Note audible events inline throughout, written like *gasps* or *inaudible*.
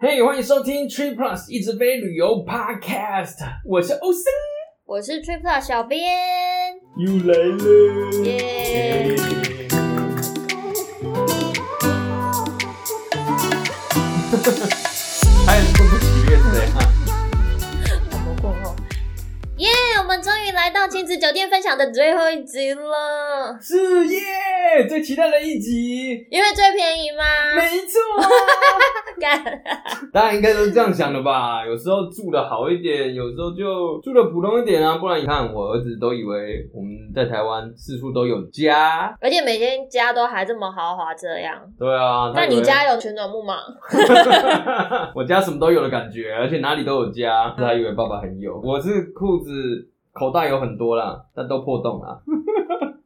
嘿欢迎收听 Tree Plus 一直飞旅游 Podcast，我是欧森，我是 Trip Plus 小编，又来了耶哎还是不喜悦的啊！我过后，耶、我们终于来到亲子酒店分享的最后一集了，是耶，最期待的一集，因为最便宜吗？ *laughs* 没错。干，大家应该都是这样想的吧？有时候住的好一点，有时候就住的普通一点啊。不然你看，我儿子都以为我们在台湾四处都有家。而且每天家都还这么豪华这样。对啊，他那以为你家有旋转木马？我家什么都有的感觉，而且哪里都有嗯家。他以为爸爸很有，我是裤子口袋有很多啦，但都破洞啦。嗯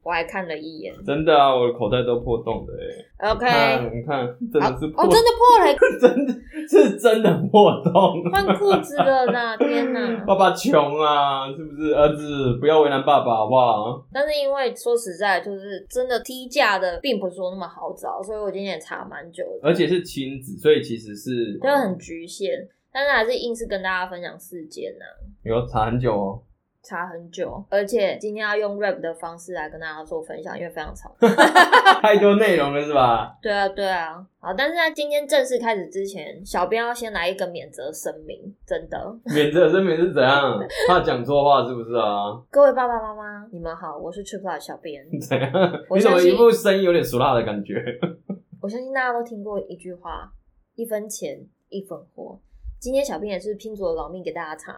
我还看了一眼。真的啊，我的口袋都破洞的哎、 OK，看，你看，真的是哦，破，真的破了， *laughs* 真的是真的破洞。换裤子了 *laughs* 呢！天哪！爸爸穷啊，是不是？儿子不要为难爸爸好不好？但是因为说实在，就是真的低价的，并不是说那么好找，所以我今天也查蛮久的，而且是亲子，所以其实是就很局限。但是还是硬是跟大家分享四间啊呐、有查很久哦。 *laughs* 查很久，而且今天要用 rap 的方式来跟大家做分享，因为非常长。太多内容了是吧？对啊，对啊。好，但是在今天正式开始之前，小编要先来一个免责声明，真的，免责声明是怎样？怕讲错话是不是啊？各位爸爸妈妈，你们好，我是 Triple 小编。怎样？*laughs* 我你怎相么信一副声音有点俗辣的感觉？ *laughs* 我相信大家都听过一句话：一分钱一分货。今天小编也是拼足了老命给大家查，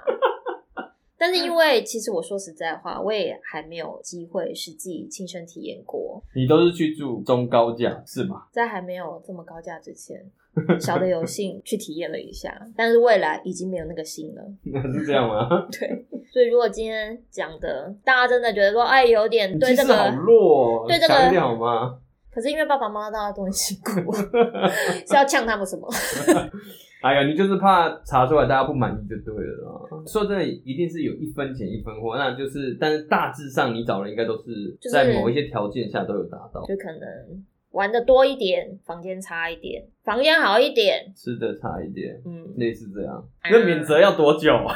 但是因为其实我说实在话，我也还没有机会实际亲身体验过，你都是去住中高价是吧？在还没有这么高价之前，小的有幸去体验了一下，但是未来已经没有那个心了。 *laughs* 是这样吗？对，所以如果今天讲的大家真的觉得说，哎，有点你对气这势好个，弱、哦，对这个强一点好吗？可是因为爸爸妈妈大家都很辛苦， *laughs* 是要呛他们什么？ *laughs* 哎呀，你就是怕查出来大家不满意就对了啦。说真的，一定是有一分钱一分货，那就是，但是大致上你找的应该都是就是在某一些条件下都有达到，就可能玩的多一点，房间差一点，房间好一点，吃的差一点，嗯，类似这样。啊那免责要多久 *laughs* 啊？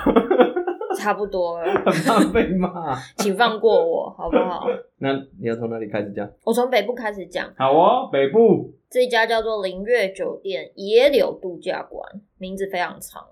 差不多了，很怕被骂。请放过我好不好？ *laughs* 那你要从哪里开始讲？我从北部开始讲，好哦，北部。这一家叫做林月酒店野柳度假馆，名字非常长。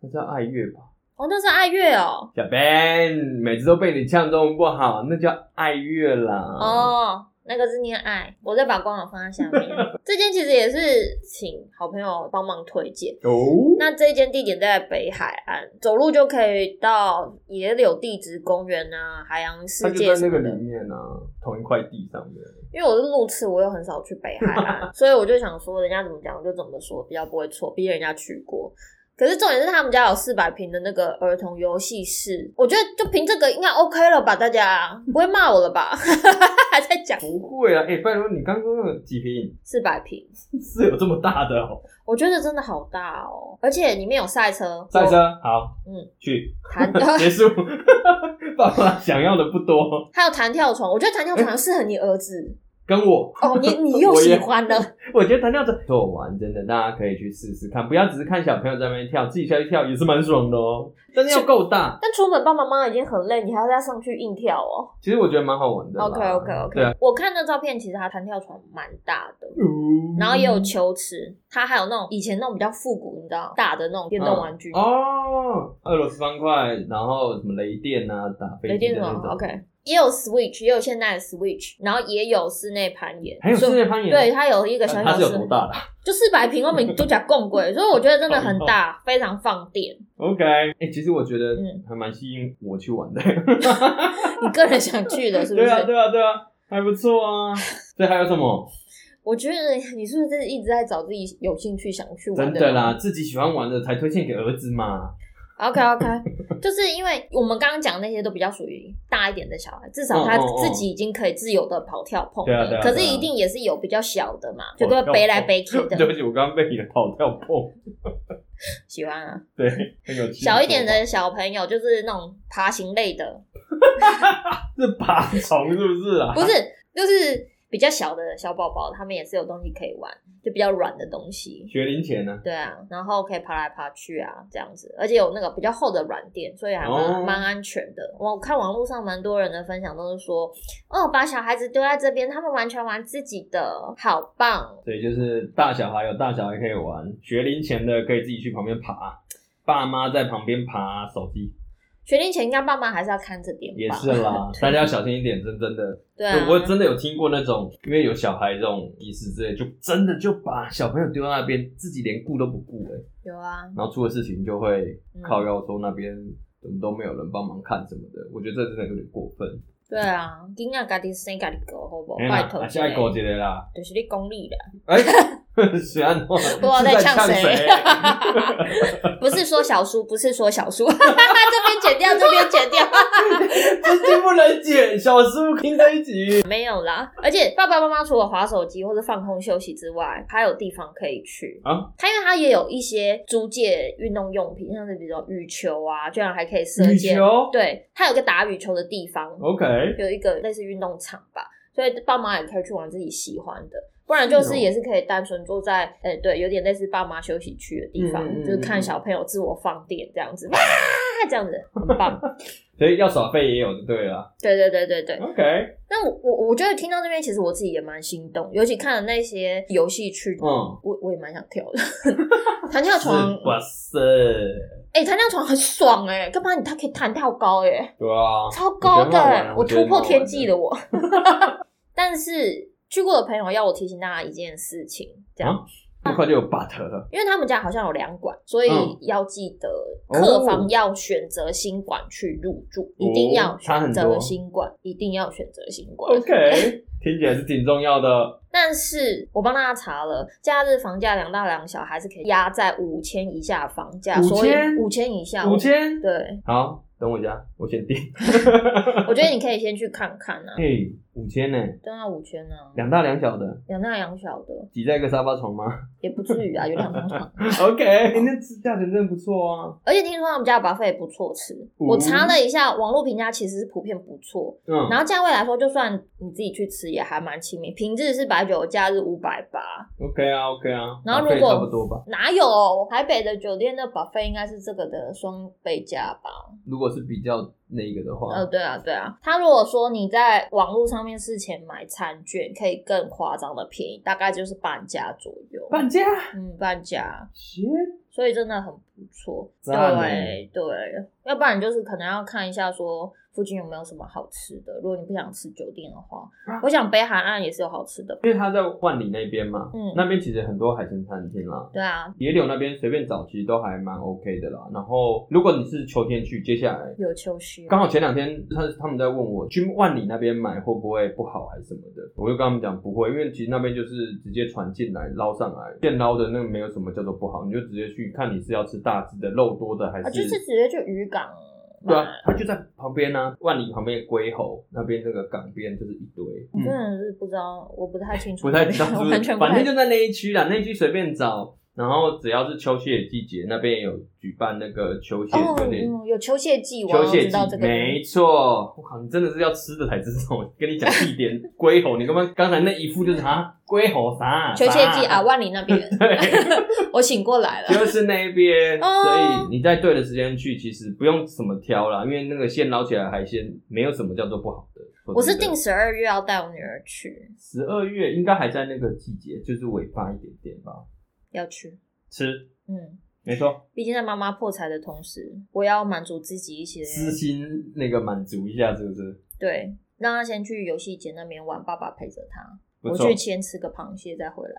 那叫爱乐吧，哦，那是爱乐哦。小 Ben，每次都被你呛中文不好，那叫爱乐啦。，哦，那个是念爱，我再把官网放在下 *laughs* 面。这间其实也是请好朋友帮忙推荐。哦，那这间地点在北海岸，走路就可以到野柳地质公园啊、海洋世它界就在什那么个的。里面啊，同一块地上面。因为我是路痴，我又很少去北海 *laughs* 岸，所以我就想说，人家怎么讲我就怎么说，比较不会错，毕竟人家去过。可是重点是他们家有四百平的那个儿童游戏室，我觉得就凭这个应该 OK 了吧？大家不会骂我了吧？ *laughs* 还在讲不会啊，哎、拜托你刚说那个几平四百平，是有这么大的哦、我觉得真的好大哦，而且里面有赛车，赛有车好，嗯，去弹， *laughs* 结束。爸爸想要的不多，还有弹跳床。我觉得弹跳床适合你儿子 *laughs* 跟我，哦，你你又哎我也喜欢了。我觉得弹跳床不错玩，真的，大家可以去试试看，不要只是看小朋友在那边跳，自己下去跳也是蛮爽的哦、但是要够大，但出门帮妈妈已经很累，你还要再上去硬跳哦。其实我觉得蛮好玩的啦。 OK OK OK，、对啊。我看那照片，其实它弹跳床蛮大的，嗯然后也有球池，它还有那种以前那种比较复古，你知道大的那种电动玩具，嗯哦，俄罗斯方块，然后什么雷电啊，打飞雷机电的那床种。 OK，也有 Switch，也有现代的 Switch，然后也有室内攀岩，还有所以室内攀岩，呃对，它有一个小它小是有多室，大的就四百平方米就讲共轨，所以我觉得真的很大，非常放电。 ？OK，哎、其实我觉得嗯还蛮吸引我去 *laughs* 玩的。你个人想去的是不对是？啊，对啊，对啊，还不错啊。这还有什么？我觉得你是不是一直在找自己有兴趣想去 *laughs* 玩真的的啦，自己喜欢玩的才推荐给儿子嘛。 OK OK，就是因为我们刚刚讲的那些都比较属于大一点的小孩，至少他嗯嗯嗯自己已经可以自由的跑跳碰对啊对的啊，可是对啊一定也是有比较小的嘛，就跑跳跟碰背来背去 *laughs* 对不的，起，我刚刚被你的跑跳碰，喜欢啊。对，很有趣。小一点的小朋友就是那种爬行类的，是爬虫是不是啊？不是，就是比较小的小宝宝，他们也是有东西可以玩。就比较软的东西。学龄前呢、对啊，然后可以爬来爬去啊，这样子，而且有那个比较厚的软垫，所以还蛮、哦蛮安全的。我看网络上蛮多人的分享都是说，哦，把小孩子丢在这边，他们完全玩自己的，好棒。所以就是大小孩有大小孩可以玩，学龄前的可以自己去旁边爬，爸妈在旁边爬手机学龄前应该爸妈还是要看着点吧？也是啦，大家要小心一点，真真的。对啊，我真的有听过那种，因为有小孩这种意思之类，就真的就把小朋友丢到那边，自己连顾都不顾哎、欸有啊，然后出了事情就会嗯靠腰说那边怎么都没有人帮忙看什么的，我觉得这真的有点过分。对啊，囡仔家己生家己狗，好不好？哎哦拜呀托啊，一下下，一狗姐的啦，就是你功力啦，哎、 *laughs* 谁按我？不知不知道在呛呛谁。 *laughs* 不是说小叔，不是说小叔， *laughs* 这边剪掉，这边剪掉。 *laughs* 这期不能剪，小叔听这一集。 *laughs* 没有啦，而且爸爸妈妈除了划手机或者放空休息之外，还有地方可以去啊。他因为他也有一些租借运动用品，像是比如说羽球啊，居然还可以射羽箭。球哦对，他有个打羽球的地方， ，OK，有一个类似运动场吧，所以爸妈也可以去玩自己喜欢的。不然就是哦是也是可以单纯坐在，哎、对，有点类似爸妈休息区的地方，嗯嗯嗯就是看小朋友自我放电这样子，哇，这样子很棒。所以要耍废也有就对了。对对对对对， OK，但我我我觉得听到这边，其实我自己也蛮心动，尤其看了那些游戏区，嗯，我我也蛮想跳的。弹跳是床，不是？哎、弹跳床很爽哎、干嘛你它可以弹跳高哎、对啊，超高我觉得的蛮好欸、玩的我我觉得突破天际蛮了我。 *laughs* 但是去过的朋友要我提醒大家一件事情，这样，啊那么快就有 but 了。因为他们家好像有两馆，所以嗯要记得哦客房要选择新馆去入住，一定要差很选择多新馆，一定要选择新馆。 OK，听起来是挺重要的。但是我帮大家查了，假日房价两大两小还是可以压在五千以下的房价， 5000所以五千以下，五。千，对， *laughs* 好，等我一下，我先定。我觉得你可以先去看看啊， *laughs* 嘿，五千呢，对啊，五千啊，两大两小的，两大两小的挤在一个沙发床吗也不至于啊，有两张床。 *laughs* ？OK，欸那价钱真的不错啊。而且听说他们家的 buffet 也不错吃，嗯我查了一下，网络评价其实是普遍不错。嗯，然后价位来说，就算你自己去吃也还蛮亲民，平日是百九，假日五百八， OK 啊，OK 啊，然后啊可以如果差不多吧，哪有台北的酒店的 buffet 应该是这个的双倍价吧？如果是比较那个的话，呃，对啊，对啊。他如果说你在网络上面事前买餐券，可以更夸张的便宜，大概就是半价左右。半价，嗯，半价，行，所以真的很不错。赞对欸对，要不然就是可能要看一下说附近有没有什么好吃的。如果你不想吃酒店的话，啊我想北海岸也是有好吃的。因为他在万里那边嘛，嗯那边其实很多海鲜餐厅啦，对啊，野柳那边随便找其实都还蛮 OK 的啦。然后如果你是秋天去，接下来有秋夕。刚好前两天他他们在问我去万里那边买会不会不好还是什么的，我就跟他们讲不会，因为其实那边就是直接船进来捞上来，现捞的那个没有什么叫做不好，你就直接去看你是要吃大只的肉多的还啊，就是直接去渔港买。对啊，它就在旁边啊，万里旁边龟吼那边那个港边就是一堆，我真的是不知道，我不太清楚，嗯不太 *laughs* 知道是不我是完全不反太正就在那一区啦，那一区随便找。然后只要是秋蟹的季节，那边也有举办那个秋蟹哦，有点嗯有秋蟹季，我秋好像蟹知季道这，个。没错。我靠，你真的是要吃的才知道。我跟你讲一点 *laughs* 龟吼，你刚刚刚才那一副就是啊，龟吼啥？求切记啥啊，，万里那边， *laughs* 我醒过来了。就是那 *laughs* 边。哦所以你在对的时间去，其实不用怎么挑啦，因为那个现捞起来的海鲜没有什么叫做不好的。我是定十二月要带我女儿去，十二月，应该还在那个季节，就是尾巴一点点吧。要去。吃，嗯，没错，毕竟在妈妈破财的同时，我也要满足自己一些，私心那个满足一下，是不是？对，让她先去游戏节那边玩，爸爸陪着她。不我错。去先吃个螃蟹 *laughs* 再回来。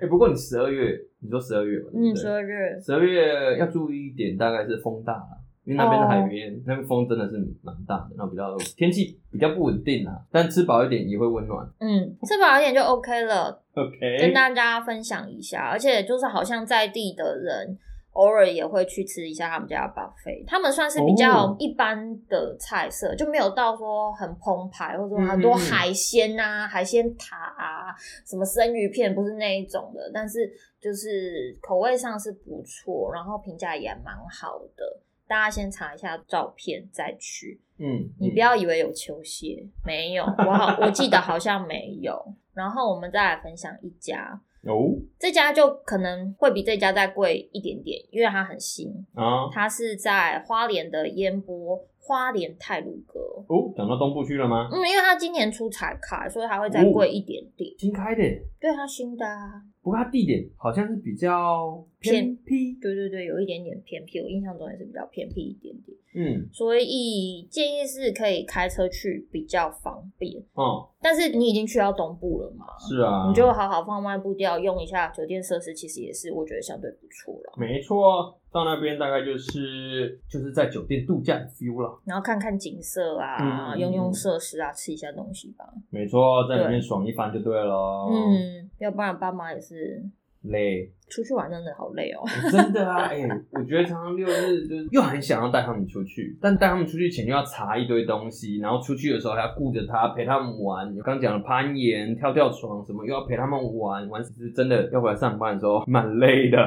哎、不过你十二月，你说十二月吧，对嗯，不对十二月十二月要注意一点，大概是风大啦，因为那边的哦海边、那边风真的是蛮大的，然后比较天气比较不稳定啊，但吃饱一点也会温暖。嗯，吃饱一点就 OK 了。跟 OK，大家分享一下，而且就是好像在地的人偶尔也会去吃一下他们家的 buffet，他们算是比较哦一般的菜色，就没有到说很澎湃，或者嗯很多海鲜啊、海鲜塔啊、什么生鱼片，不是那一种的，但是就是口味上是不错，然后评价也蛮好的。大家先查一下照片再去，嗯，你不要以为有球鞋，没有，我好，我记得好像没有。然后我们再来分享一家，哦这家就可能会比这家再贵一点点，因为它很新。啊它是在花莲的烟波花莲泰鲁阁。哦，讲到东部去了吗？嗯，因为它今年出彩卡，所以它会再贵一点点。新开的耶，对，它新的啊。不过它地点好像是比较偏僻。对对对，有一点点偏僻，我印象中也是比较偏僻一点点，嗯，所以建议是可以开车去比较方便。哦，但是你已经去到东部了嘛，是啊，你就好好放慢步调，用一下酒店设施，其实也是我觉得相对不错了。没错，到那边大概就是就是在酒店度假的 feel 了。然后看看景色啊，嗯用用设施啊，吃一下东西吧。没错，在里面爽一番就对了。，嗯，要不然爸妈也是累，出去玩真的好累哦。真的啊， *laughs* 哎、我觉得常常六日就是又很想要带他们出去，但带他们出去前又要查一堆东西，然后出去的时候还要顾着他，陪他们玩。刚讲的攀岩、跳跳床什么，又要陪他们玩，玩是真的要回来上班的时候蛮累 *laughs* 的。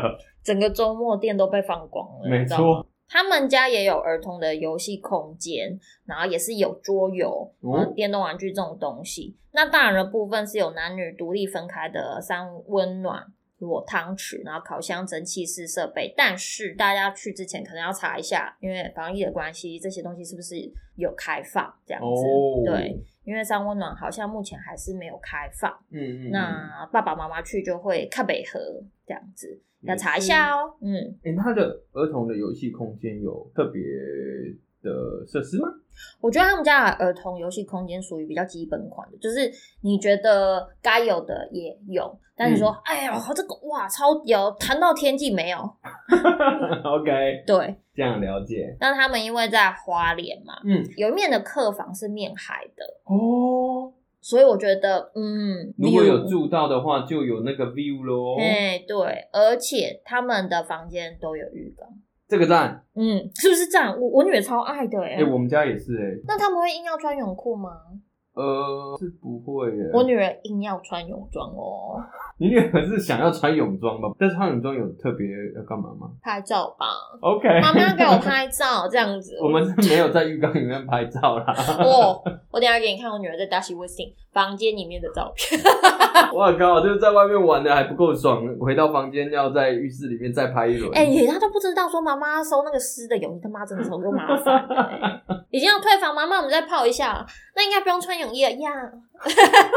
整个周末店都被放光了，没你知道吗错。他们家也有儿童的游戏空间，然后也是有桌游、哦呃电动玩具这种东西。那大人的部分是有男女独立分开的三温暖、裸汤池，然后烤箱、蒸汽式设备。但是大家去之前可能要查一下，因为防疫的关系，这些东西是不是有开放这样子？哦，对，因为三温暖好像目前还是没有开放。嗯，嗯嗯，那爸爸妈妈去就会看北河这样子，也要查一下哦。嗯，哎、他的儿童的游戏空间有特别的设施吗？ *laughs* 我觉得他们家的儿童游戏空间属于比较基本款的，就是你觉得该有的也有，但你说、嗯哎呀，这个哇超有，谈到天际没有？嗯 OK，对，这样了解。但他们因为在花莲嘛，嗯，有一面的客房是面海的，哦，所以我觉得嗯，如果有 view 住到的话，就有那个 view 咯。哎对，而且他们的房间都有浴缸。这个赞，嗯，是不是这样？我我女儿超爱的哎、哎、我们家也是哎、那他们会硬要穿泳裤吗？呃，是不会耶。我女儿硬要穿泳装哦，你女儿是想要穿泳装吧？但是穿泳装有特别要干嘛吗拍照吧， ？OK，妈妈给我拍照这样子。 *laughs* 我们是没有在浴缸里面拍照 *laughs* 啦。哦，我等一下给你看我女儿在大喜微信房间里面的照片。我靠，就是在外面玩的还不够爽，回到房间要在浴室里面再拍一轮。哎、她都不知道说妈妈收那个湿的泳衣，他妈真的超够麻烦的、哎已经要退房，妈妈我们再泡一下，那应该不用穿泳衣了呀。 *laughs*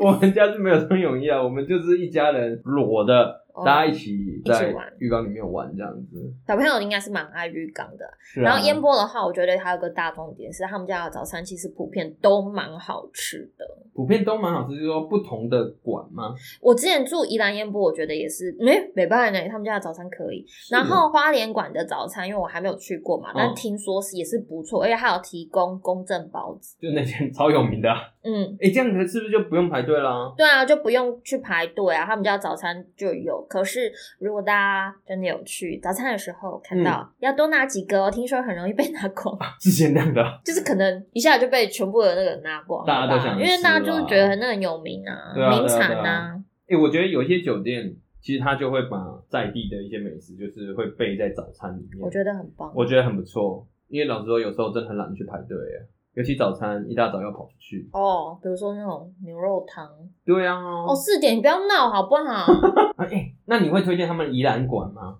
我们家是没有穿泳衣啊，我们就是一家人裸的，哦大家一起一在起玩浴缸里面玩这样子。小朋友应该是蛮爱浴缸的。是啊然后烟波的话，我觉得还有个大重点是，他们家的早餐其实普遍都蛮好吃的。普遍都蛮好吃，就是说不同的馆吗？我之前住宜兰烟波，我觉得也是，没没办法呢，他们家的早餐可以。哦然后花莲馆的早餐，因为我还没有去过嘛，嗯但听说是也是不错，而且还有提供公正包子。就那间超有名的啊，嗯，哎、这样子是不是就不用排队啦？对啊，就不用去排队啊，他们家早餐就有。可是如果大家真的有去早餐的时候看到，嗯要多拿几个哦，听说很容易被拿光， *laughs* 是限量的 *laughs* 啊，就是可能一下就被全部的那个拿光了大吧，家都想吃因为大家就是啦觉得那很有名啊，对啊名产对啊对啊哎、我觉得有些酒店其实它就会把在地的一些美食，就是会备在早餐里面。我觉得很棒。我觉得很不错，因为老实说，有时候真的很懒得去排队耶，尤其早餐一大早要跑出去。哦，比如说那种牛肉汤，对啊，哦，四点你不要闹好 *laughs* 不好？哎、诶那你会推荐他们宜兰馆吗？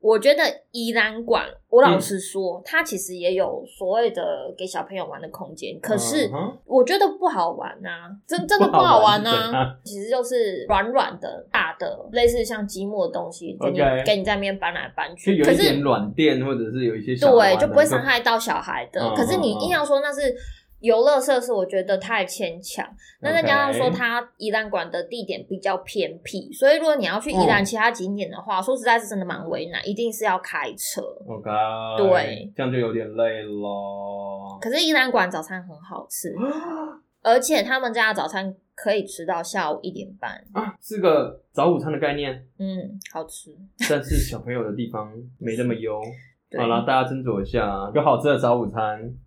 我觉得宜兰馆，我老实说，它其实也有所谓的给小朋友玩的空间，可是嗯哼我觉得不好玩呐、真真的不不好好玩玩呐、是怎样其实就是软软的、大的，类似像积木的东西，给你 OK 给你在那边搬来搬就去，有可一点是软垫，或者是有一些小啊对玩就不会的伤害到小孩的。嗯可是你嗯嗯硬要说那是。游乐设施我觉得太牵强，那再加上说 OK 它宜兰馆的地点比较偏僻，所以如果你要去宜兰嗯其他景点的话，说实在是真的蛮为难，一定是要开车。 OK，对，这样就有点累咯。 *gasps* 可是宜兰馆早餐很好吃，而且他们家的早餐可以吃到下午一点半，啊，是个早午餐的概念，嗯，好吃。 *laughs* 但是小朋友的地方没那么优。对好了，大家斟酌一下，有好吃的早午餐，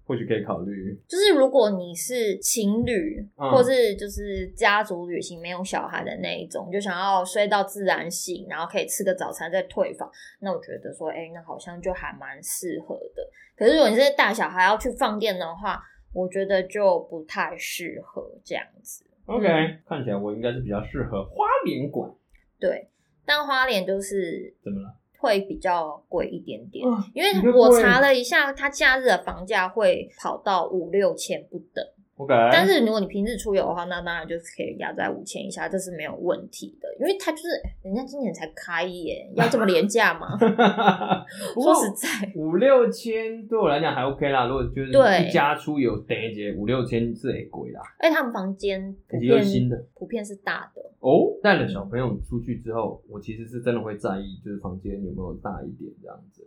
或许可以考虑。就是如果你是情侣，嗯或是就是家族旅行没有小孩的那一种，就想要睡到自然醒，然后可以吃个早餐再退房，那我觉得说，哎、那好像就还蛮适合的。可是如果你是带小孩要去放电的话，我觉得就不太适合这样子。 OK，、嗯看起来我应该是比较适合花莲馆。对，但花莲就是怎么了？会比较贵一点点，啊因比较为贵我查了一下，它假日的房价会跑到五六千不等。 OK，*laughs* 但是如果你平日出游的话，那当然就是可以压在五千以下，这是没有问题的，因为它就是人家今年才开耶，要这么廉价吗？ *laughs* 不过说实在，五六千对我来讲还 OK 啦，如果就是对一家出游等一节五六千是也贵啦，而且他们房间普已经有遍新的普遍是大的，哦。带了小朋友出去之后，我其实是真的会在意，就是房间有没有大一点这样子。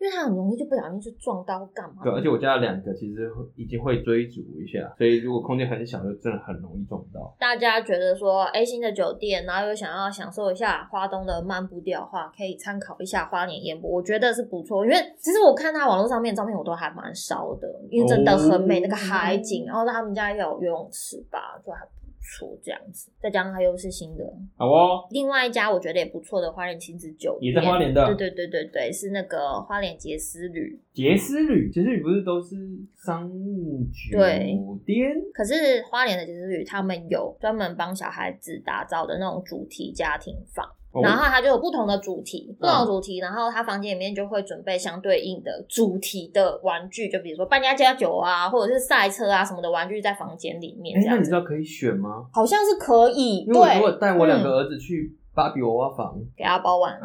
因为它很容易就不小心就撞到或干嘛对，。啊而且我家的两个其实会已经会追逐一下，所以如果空间很小，就真的很容易撞到。大家觉得说，哎，新的酒店，然后又想要享受一下花东的漫步调的话，可以参考一下花莲烟波，我觉得是不错。因为其实我看他网络上面的照片，我都还蛮烧的，因为真的很美，哦那个海景，然后他们家也有游泳池吧，就还不错这样子。再加上它又是新的，好哦，另外一家我觉得也不错的花莲亲子酒店，也在花莲的对对对对对，是那个花莲杰斯旅。杰斯旅，杰斯旅不是都是商务酒对店？可是花莲的杰斯旅，他们有专门帮小孩子打造的那种主题家庭房。哦然后它就有不同的主题，不同嗯的主题，然后它房间里面就会准备相对应的主题的玩具，就比如说扮家家酒啊，或者是赛车啊什么的玩具在房间里面哎这，那样你知子，道可以选吗？好像是可以，因为我对 *laughs* 如果带我两个嗯儿子去芭比娃娃房，给他包完，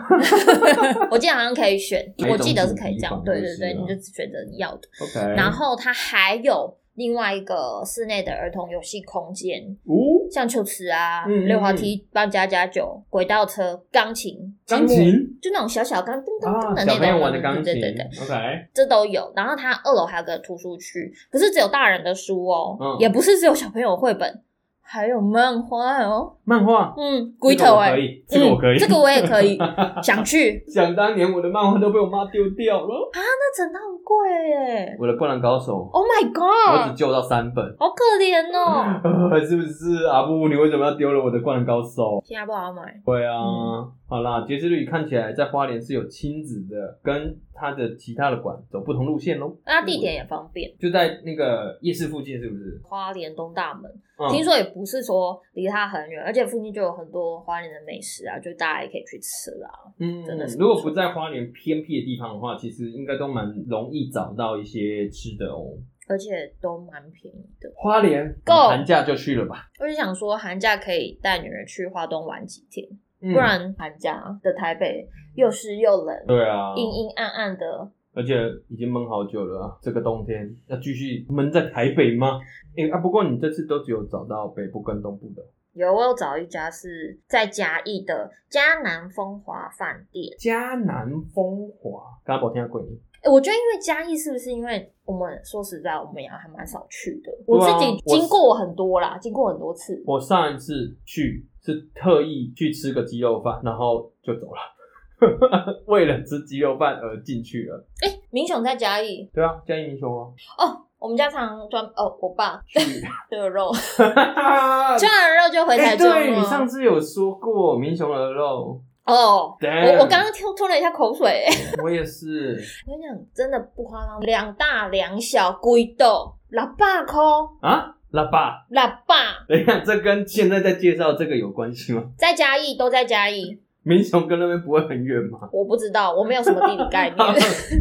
我记得好像可 *laughs* 以选，哪一我种记得是可以这样主，题对房就对是对，了你就选择你要的， OK，然后它还有另外一个室内的儿童游戏空间。哦，像球池啊、嗯嗯溜滑梯、搬家家酒、轨道车、钢琴、积钢木琴就那种小小钢咚咚咚啊，的小那种，朋友玩的钢琴对对对对， ，OK，这都有。然后它二楼还有个图书区，不是只有大人的书哦，嗯也不是只有小朋友的绘本，还有漫画哦。漫画，嗯，这龟头我哎、可以，这个我可以，嗯，这个我也可以想去。 *laughs* 想当年我的漫画都被我妈丢掉了，那整套很贵哎我的《灌篮高手》 ，Oh my 我只 god，救到三本， *laughs* 好可怜哦。呃是不是阿布？你为什么要丢了我的《灌篮高手》？现在不好买，对啊，嗯好啦，杰斯旅看起来在花莲是有亲子的，跟它的其他的馆走不同路线喽，那啊地点也方便，就在那个夜市附近，是不是？花莲东大门。嗯、听说也不是说离它很远，而且附近就有很多花莲的美食啊，就大家也可以去吃啦。嗯，真的是不如果错不在花莲偏僻的地方的话，其实应该都蛮容易找到一些吃的哦。而且都蛮便宜的。花莲 Go 寒假就去了吧，我就想说，寒假可以带女儿去花东玩几天，不不然寒假的台北又湿又冷，对啊，阴阴暗暗的。而且已经闷好久了啊，这个冬天要继续闷在台北吗？哎、啊，不过你这次都只有找到北部跟东部的有我有找一家是在嘉义的嘉南风华饭店。嘉南风华，刚刚我听到过你，诶我觉得因为嘉义是不是因为我们说实在，我们也还蛮少去的。我自己啊我经过很多啦，经过很多次。我上一次去是特意去吃个鸡肉饭，然后就走了。为了 *laughs* 吃鸡肉饭而进去了，哎、明雄在嘉义对啊，嘉义民雄哦， *laughs* *laughs* 哦，我们家常专哦，我爸去，就有肉，哈吃完肉就回台中了。哎对你上次有说过民雄鹅肉，哦，对，我我刚刚吞吞了一下口水、诶我也是，我跟你讲，真的不夸张，两大两小龟豆，六百块，啊，喇叭，六百，等一下，这跟现在在介绍这个有关系吗？在嘉义都在嘉义，民雄跟那边不会很远 *laughs* 吗？ *laughs* 我不知道，我没有什么地理概念。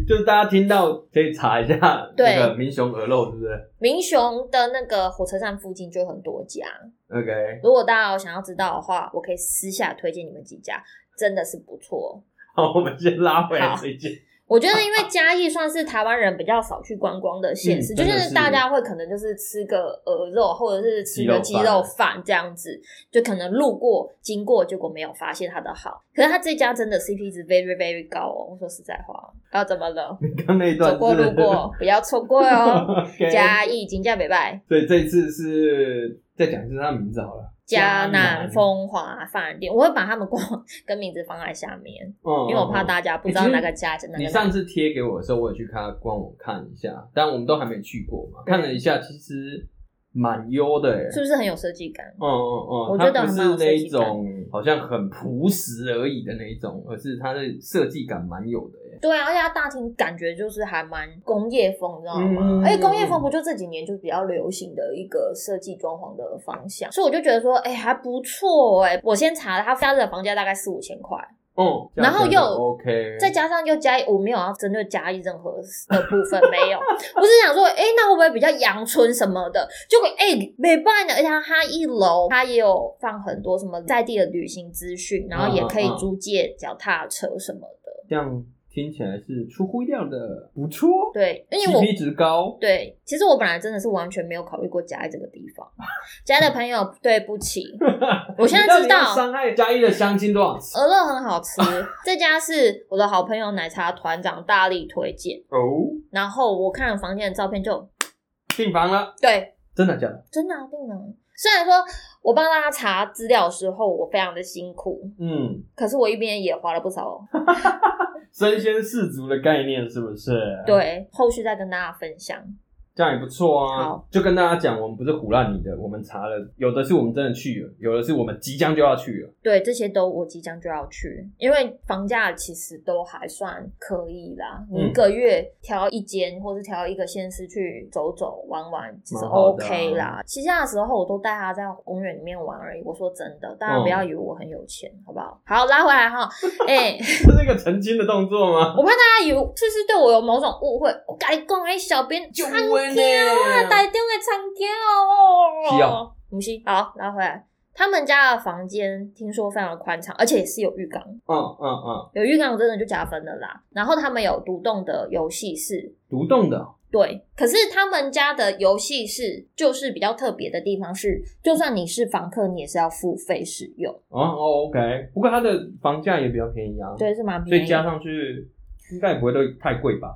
就是大家听到可以查一下对那个民雄鹅肉，是不是民雄的那个火车站附近就有很多家， ？OK，如果大家有想要知道的话，我可以私下推荐你们几家，真的是不错。好，我们先拉回来好推荐。我觉得，因为嘉义算是台湾人比较少去观光的县市，嗯就真的是是大家会可能就是吃个鹅肉，或者是吃个鸡鸡肉饭肉饭这样子，就可能路过经过，结果没有发现它的好。可是它这家真的 CP 值 very very 高哦，我说实在话，啊怎么了？ *laughs* 刚刚那一段走过是路 *laughs* 过不要错过哦， ，OK，嘉义金价北拜。所以这一次是再讲一次他的名字好了，嘉南，风华饭店，我会把他们官网跟名字放在下面，嗯，因为我怕嗯。嗯大家不知欸道其实哪个嘉哪你个上哪。次贴给我的时候，我也去他官网看一下，但我们都还没去过嘛，看了一下，其实蛮优的诶。是不是很有设计感？嗯嗯嗯，我觉得它还不蛮是有那设一计感种好像很朴实而已的那一种，而是它的设计感蛮有的耶。欸对啊，而且它大厅感觉就是还蛮工业风，你知道吗？嗯而且工业风不就这几年就比较流行的一个设计装潢的方向，所以我就觉得说，哎、还不错哎、我先查了，他家的房价大概四五千块，嗯，然后这样又真的 OK，再加上又加一，我没有要针对嘉义任何的 *laughs* 部分，没有，我只是想说，哎、那会不会比较阳春什么的？结果哎，没办法，而且它一楼它也有放很多什么在地的旅行资讯，然后也可以嗯嗯嗯租借脚踏车什么的。这样听起来是出乎意料的不错，对，因为我 CP 值高，对，其实我本来真的是完全没有考虑过嘉义这个地方。嘉义的朋友，对 *laughs* 不起，我现在你知到底要道伤害嘉义的乡亲多少次鹅肉很好吃，这家是我的好朋友奶茶团长大力推荐。哦，然后我看了房间的照片就，订房了，对，真的假的？真的啊，定了。虽然说我帮大家查资料的时候我非常的辛苦，嗯，可是我一边也花了不少。身先士卒的概念是不是？，对，后续再跟大家分享。这样也不错啊好。就跟大家讲，我们不是唬烂你的，我们查了，有的是我们真的去了，有的是我们即将就要去 *laughs* 了。对，这些都我即将就要去，因为房价其实都还算可以啦。你嗯一个月挑一间，或是挑一个县市去走走玩玩，其实蛮好的啊 OK 啦。其实那时候我都带他在公园里面玩而已。我说真的，大家不嗯要以为我很有钱，好不好？好，拉回来哈， *laughs* 哎、这是一个澄清的动作吗？我怕大家以为就是对我有某种误会。我跟你讲，哎，小编就参问呢加啊，打电话参加哦。是啊不是，好，拉回来。他们家的房间听说非常的宽敞，而且也是有浴缸，嗯嗯嗯，有浴缸真的就加分了啦。然后他们有独栋的游戏室，独栋的哦，对。可是他们家的游戏室就是比较特别的地方是，就算你是房客，你也是要付费使用，哦哦，OK。不过它的房价也比较便宜啊，，对，是蛮所便以宜加的。上去应该也不会都太贵吧？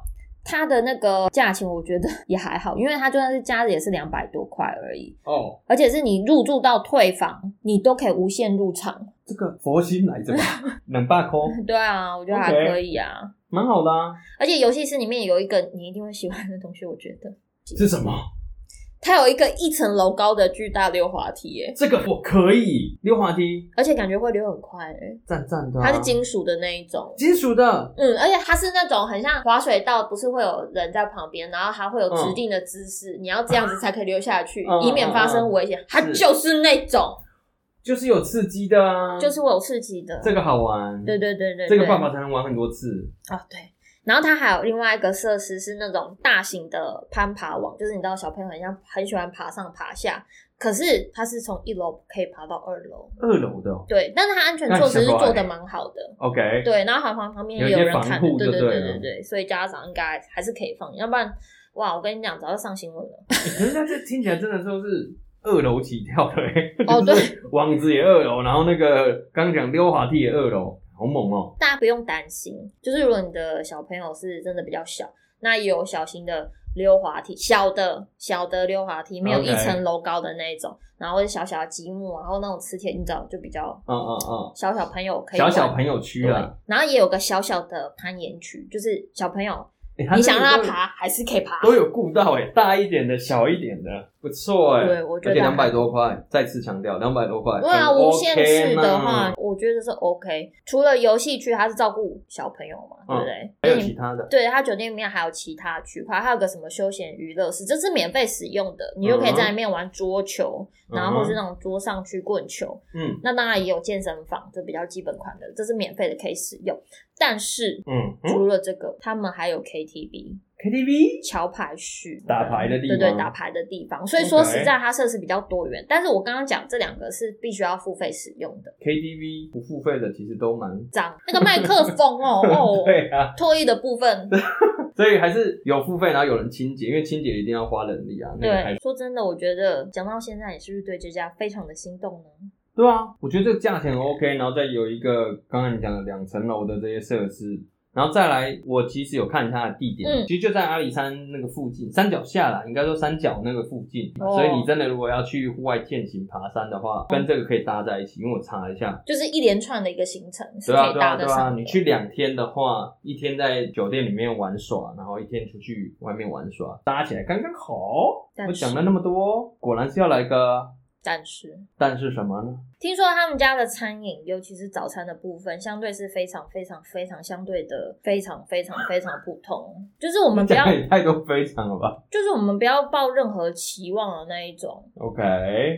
它的那个价钱我觉得 *laughs* 也还好，因为它就算是加的也是两百多块而已。哦，而且是你入住到退房，你都可以无限入场。 *laughs* 这个佛心来着吧，冷霸扣，对啊，我觉得还 OK 可以啊。蛮好的啊。而且游戏室里面有一个你一定会喜欢的东西，我觉得是什么？它有一个一层楼高的巨大溜滑梯耶，这个我可以，溜滑梯，而且感觉会溜很快耶。赞赞的啊、它是金属的那一种，金属的，嗯，而且它是那种很像滑水道，不是会有人在旁边，然后它会有指定的姿势，你要这样子才可以溜下去，嗯以免发生危险。它就是那种，就是有刺激的啊，就是会有刺激的。这个好玩，对对对对，这个对爸爸才能玩很多次。啊，对。然后它还有另外一个设施是那种大型的攀爬网，就是你知道小朋友很像很喜欢爬上爬下，可是它是从一楼可以爬到二楼，二楼的哦对，但是它安全措施是做的蛮好的。 ，OK，对，然后好像旁边也有一些人看防的，护对就对对对了对对，所以家长应该还是可以放，要不然哇，我跟你讲，早就上新闻了。可是那这听起来真的说是二楼起跳的、欸， *laughs* 哦对，网子也二楼，然后那个刚讲溜滑梯也二楼，好猛哦、大家不用担心，就是如果你的小朋友是真的比较小，那也有小型的溜滑梯，小的小的溜滑梯，没有 OK 一层楼高的那一种然后或者小小的积木，啊然后那种磁铁，你知道就比较嗯嗯嗯，小小朋友可以小玩小朋友啊区对啦，，然后也有个小小的攀岩区，就是小朋友欸它你想这个让都他有爬还是可以爬，都有顾到哎、大一点的、小一点的，不错哎、对我觉得而且还两百多块，再次强调，两百多块，对啊，很无限 OK 制的嘛话，我觉得是 OK。除了游戏区，它是照顾小朋友嘛，嗯对不对？还有那你其他的，对，它酒店里面还有其他区块，还有个什么休闲娱乐室，这是免费使用的，你就可以嗯在里面玩桌球，然后或是那种桌上去棍球。嗯那当然也有健身房，这比较基本款的，这是免费的可以使用。但是嗯嗯除了这个，他们还有 KTV、 ，KTV 桥牌室、打牌的地对对，方打牌的地方。所以说 OK 实在它设施比较多元，但是我刚刚讲这两个是必须要付费使用的。 KTV 不付费的其实都蛮，这样那个麦克 *laughs* 风哦哦，对啊，唾液的部分所以还是有付费，然后有人清洁，因为清洁一定要花人力啊，那个还对，说真的，我觉得讲到现在，你是不是对这家非常的心动呢？对啊，我觉得这个价钱 OK，然后再有一个刚刚你讲的两层楼的这些设施，然后再来，我其实有看一下它的地点，嗯其实就在阿里山那个附近，山脚下啦，应该说山脚那个附近，哦所以你真的如果要去户外健行、爬山的话，跟这个可以搭在一起，因为我查了一下。就是一连串的一个行程是对可啊，以对搭啊，得对上啊！的。你去两天的话，一天在酒店里面玩耍，然后一天出去外面玩耍，搭起来刚刚好。但我是讲了那么多，果然是要来个但是但是什么呢？听说他们家的餐饮，尤其是早餐的部分，相对是非常非常非常相对的非常非常非常普通，就是我们不要这样也太多非常了吧就是我们不要抱任何期望的那一种。 ？OK，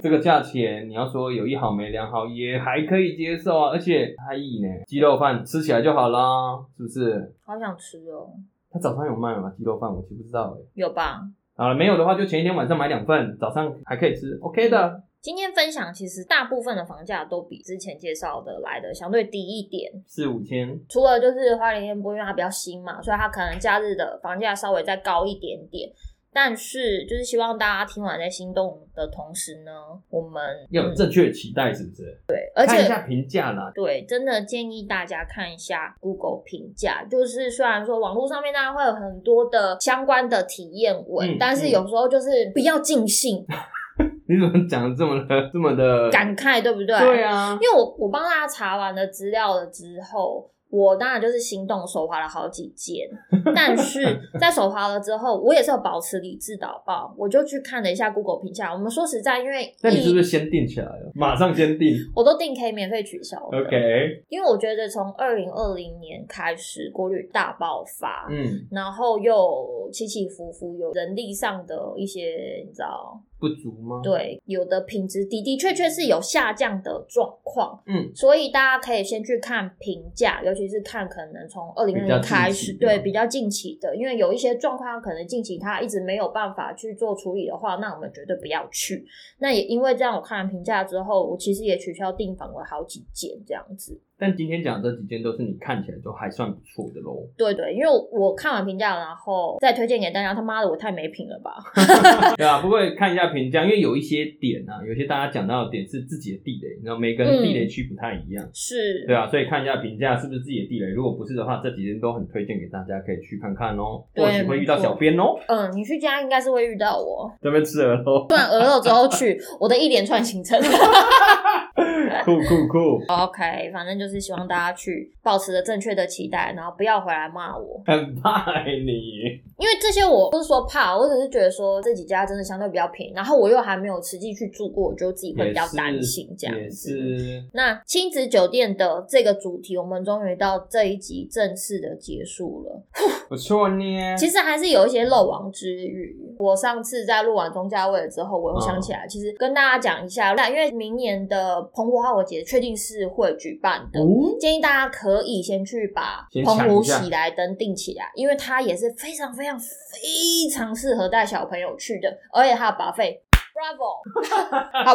这个价钱你要说有一好没两好也还可以接受啊，而且它一呢，鸡肉饭吃起来就好啦，是不是？好想吃哦，他早上有卖吗？鸡肉饭我其实不知道哎、有吧？好了，没有的话就前一天晚上买两份，早上还可以吃，OK 的。今天分享其实大部分的房价都比之前介绍的来的相对低一点，四五千，除了就是花莲烟波，因为它比较新嘛，所以它可能假日的房价稍微再高一点点。但是就是希望大家听完在心动的同时呢，我们要有嗯正确的期待是不是？对，而看一且下评价啦，对，真的建议大家看一下 Google 评价。就是虽然说网络上面大家会有很多的相关的体验文，嗯但是嗯有时候就是不要尽 *laughs* 信你怎么讲得这么的这 *laughs* 么的？感慨，对不对？对啊，因为我我帮大家查完了资料了之后，我当然就是心动手滑了好几 *laughs* 件，但是在手滑了之后，我也是有保持理智导报，我就去看了一下 Google 评价。我们说实在，因为那你是不一是先定起来了？马上先 *laughs* 定我都定可以免费取消的，OK？因为我觉得从二零二零年开始，国旅大爆发。嗯，然后又起起伏伏，有人力上的一些，你知道，不足吗？，对，有的品质的的确确是有下降的状况。嗯，所以大家可以先去看评价，尤其是看可能从二零二比较零近期开始，的对比较近期的，因为有一些状况可能近期它一直没有办法去做处理的话，那我们绝对不要去。那也因为这样，我看了评价之后，我其实也取消订房了好几间这样子。但今天讲的这几件都是你看起来都还算不错的喽。对对，因为我看完评价，然后再推荐给大家，他妈的我太没品了吧？ *laughs* 对啊，不过看一下评价，因为有一些点啊，有些大家讲到的点是自己的地雷，然后每个人地雷区不太一样。是，对啊，所以看一下评价是不是自己的地雷，如果不是的话，这几天都很推荐给大家可以去看看哦，对或许会遇到小编哦，嗯，你去家应该是会遇到我，这边吃鹅喽，不然鹅肉之后去，我的一连串行程。 *laughs* 酷酷酷， OK，反正就是希望大家去保持着正确的期待，然后不要回来骂我，很怕你，因为这些我不是说怕，我只是觉得说这几家真的相对比较便宜，然后我又还没有实际去住过，我就自己会比较担心这也样子。是那亲子酒店的这个主题，我们终于到这一集正式的结束了。不错呢。其实还是有一些漏网之鱼。我上次在录完中价位了之后，我又想嗯起来，其实跟大家讲一下，因为明年的澎湖花火节确定是会举办的，哦， *laughs* 建议大家可以先去把先澎抢湖一下喜来登订起来，因为它也是非常非常非常适合带小朋友去的，而且它的把费。Bravo，好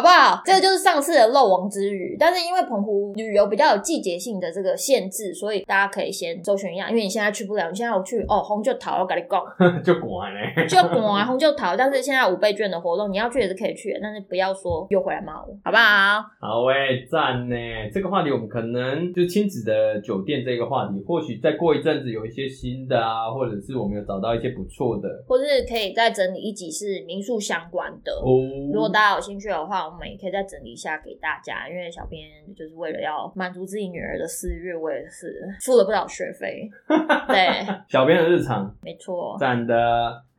*laughs* 不好？这个就是上次的漏网之鱼，但是因为澎湖旅游比较有季节性的这个限制，所以大家可以先周旋一下。因为你现在去不了，你现在我去哦，红就逃，我跟你讲，就管呢，就滚红就逃。但是现在五倍券的活动，你要去也是可以去的，但是不要说又回来骂我，好不好？好诶、赞呢！这个话题我们可能就亲子的酒店这个话题，或许再过一阵子有一些新的啊，或者是我们有找到一些不错的或是可以再整理一集是民宿相关的。哦。如果大家有兴趣的话，我们也可以再整理一下给大家，因为小编就是为了要满足自己女儿的私欲，我也是付了不少学 *laughs* 费。对，小编的日常，没错。赞的，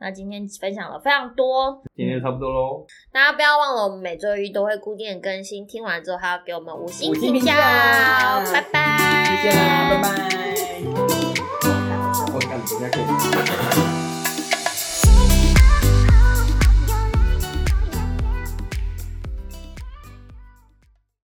那今天分享了非常多，今天就差不多喽。大家不要忘了，我们每周一都会固定更新，听完之后还要给我们五星五星评评价哦价，拜拜，再见啦，拜拜。我看人家可以。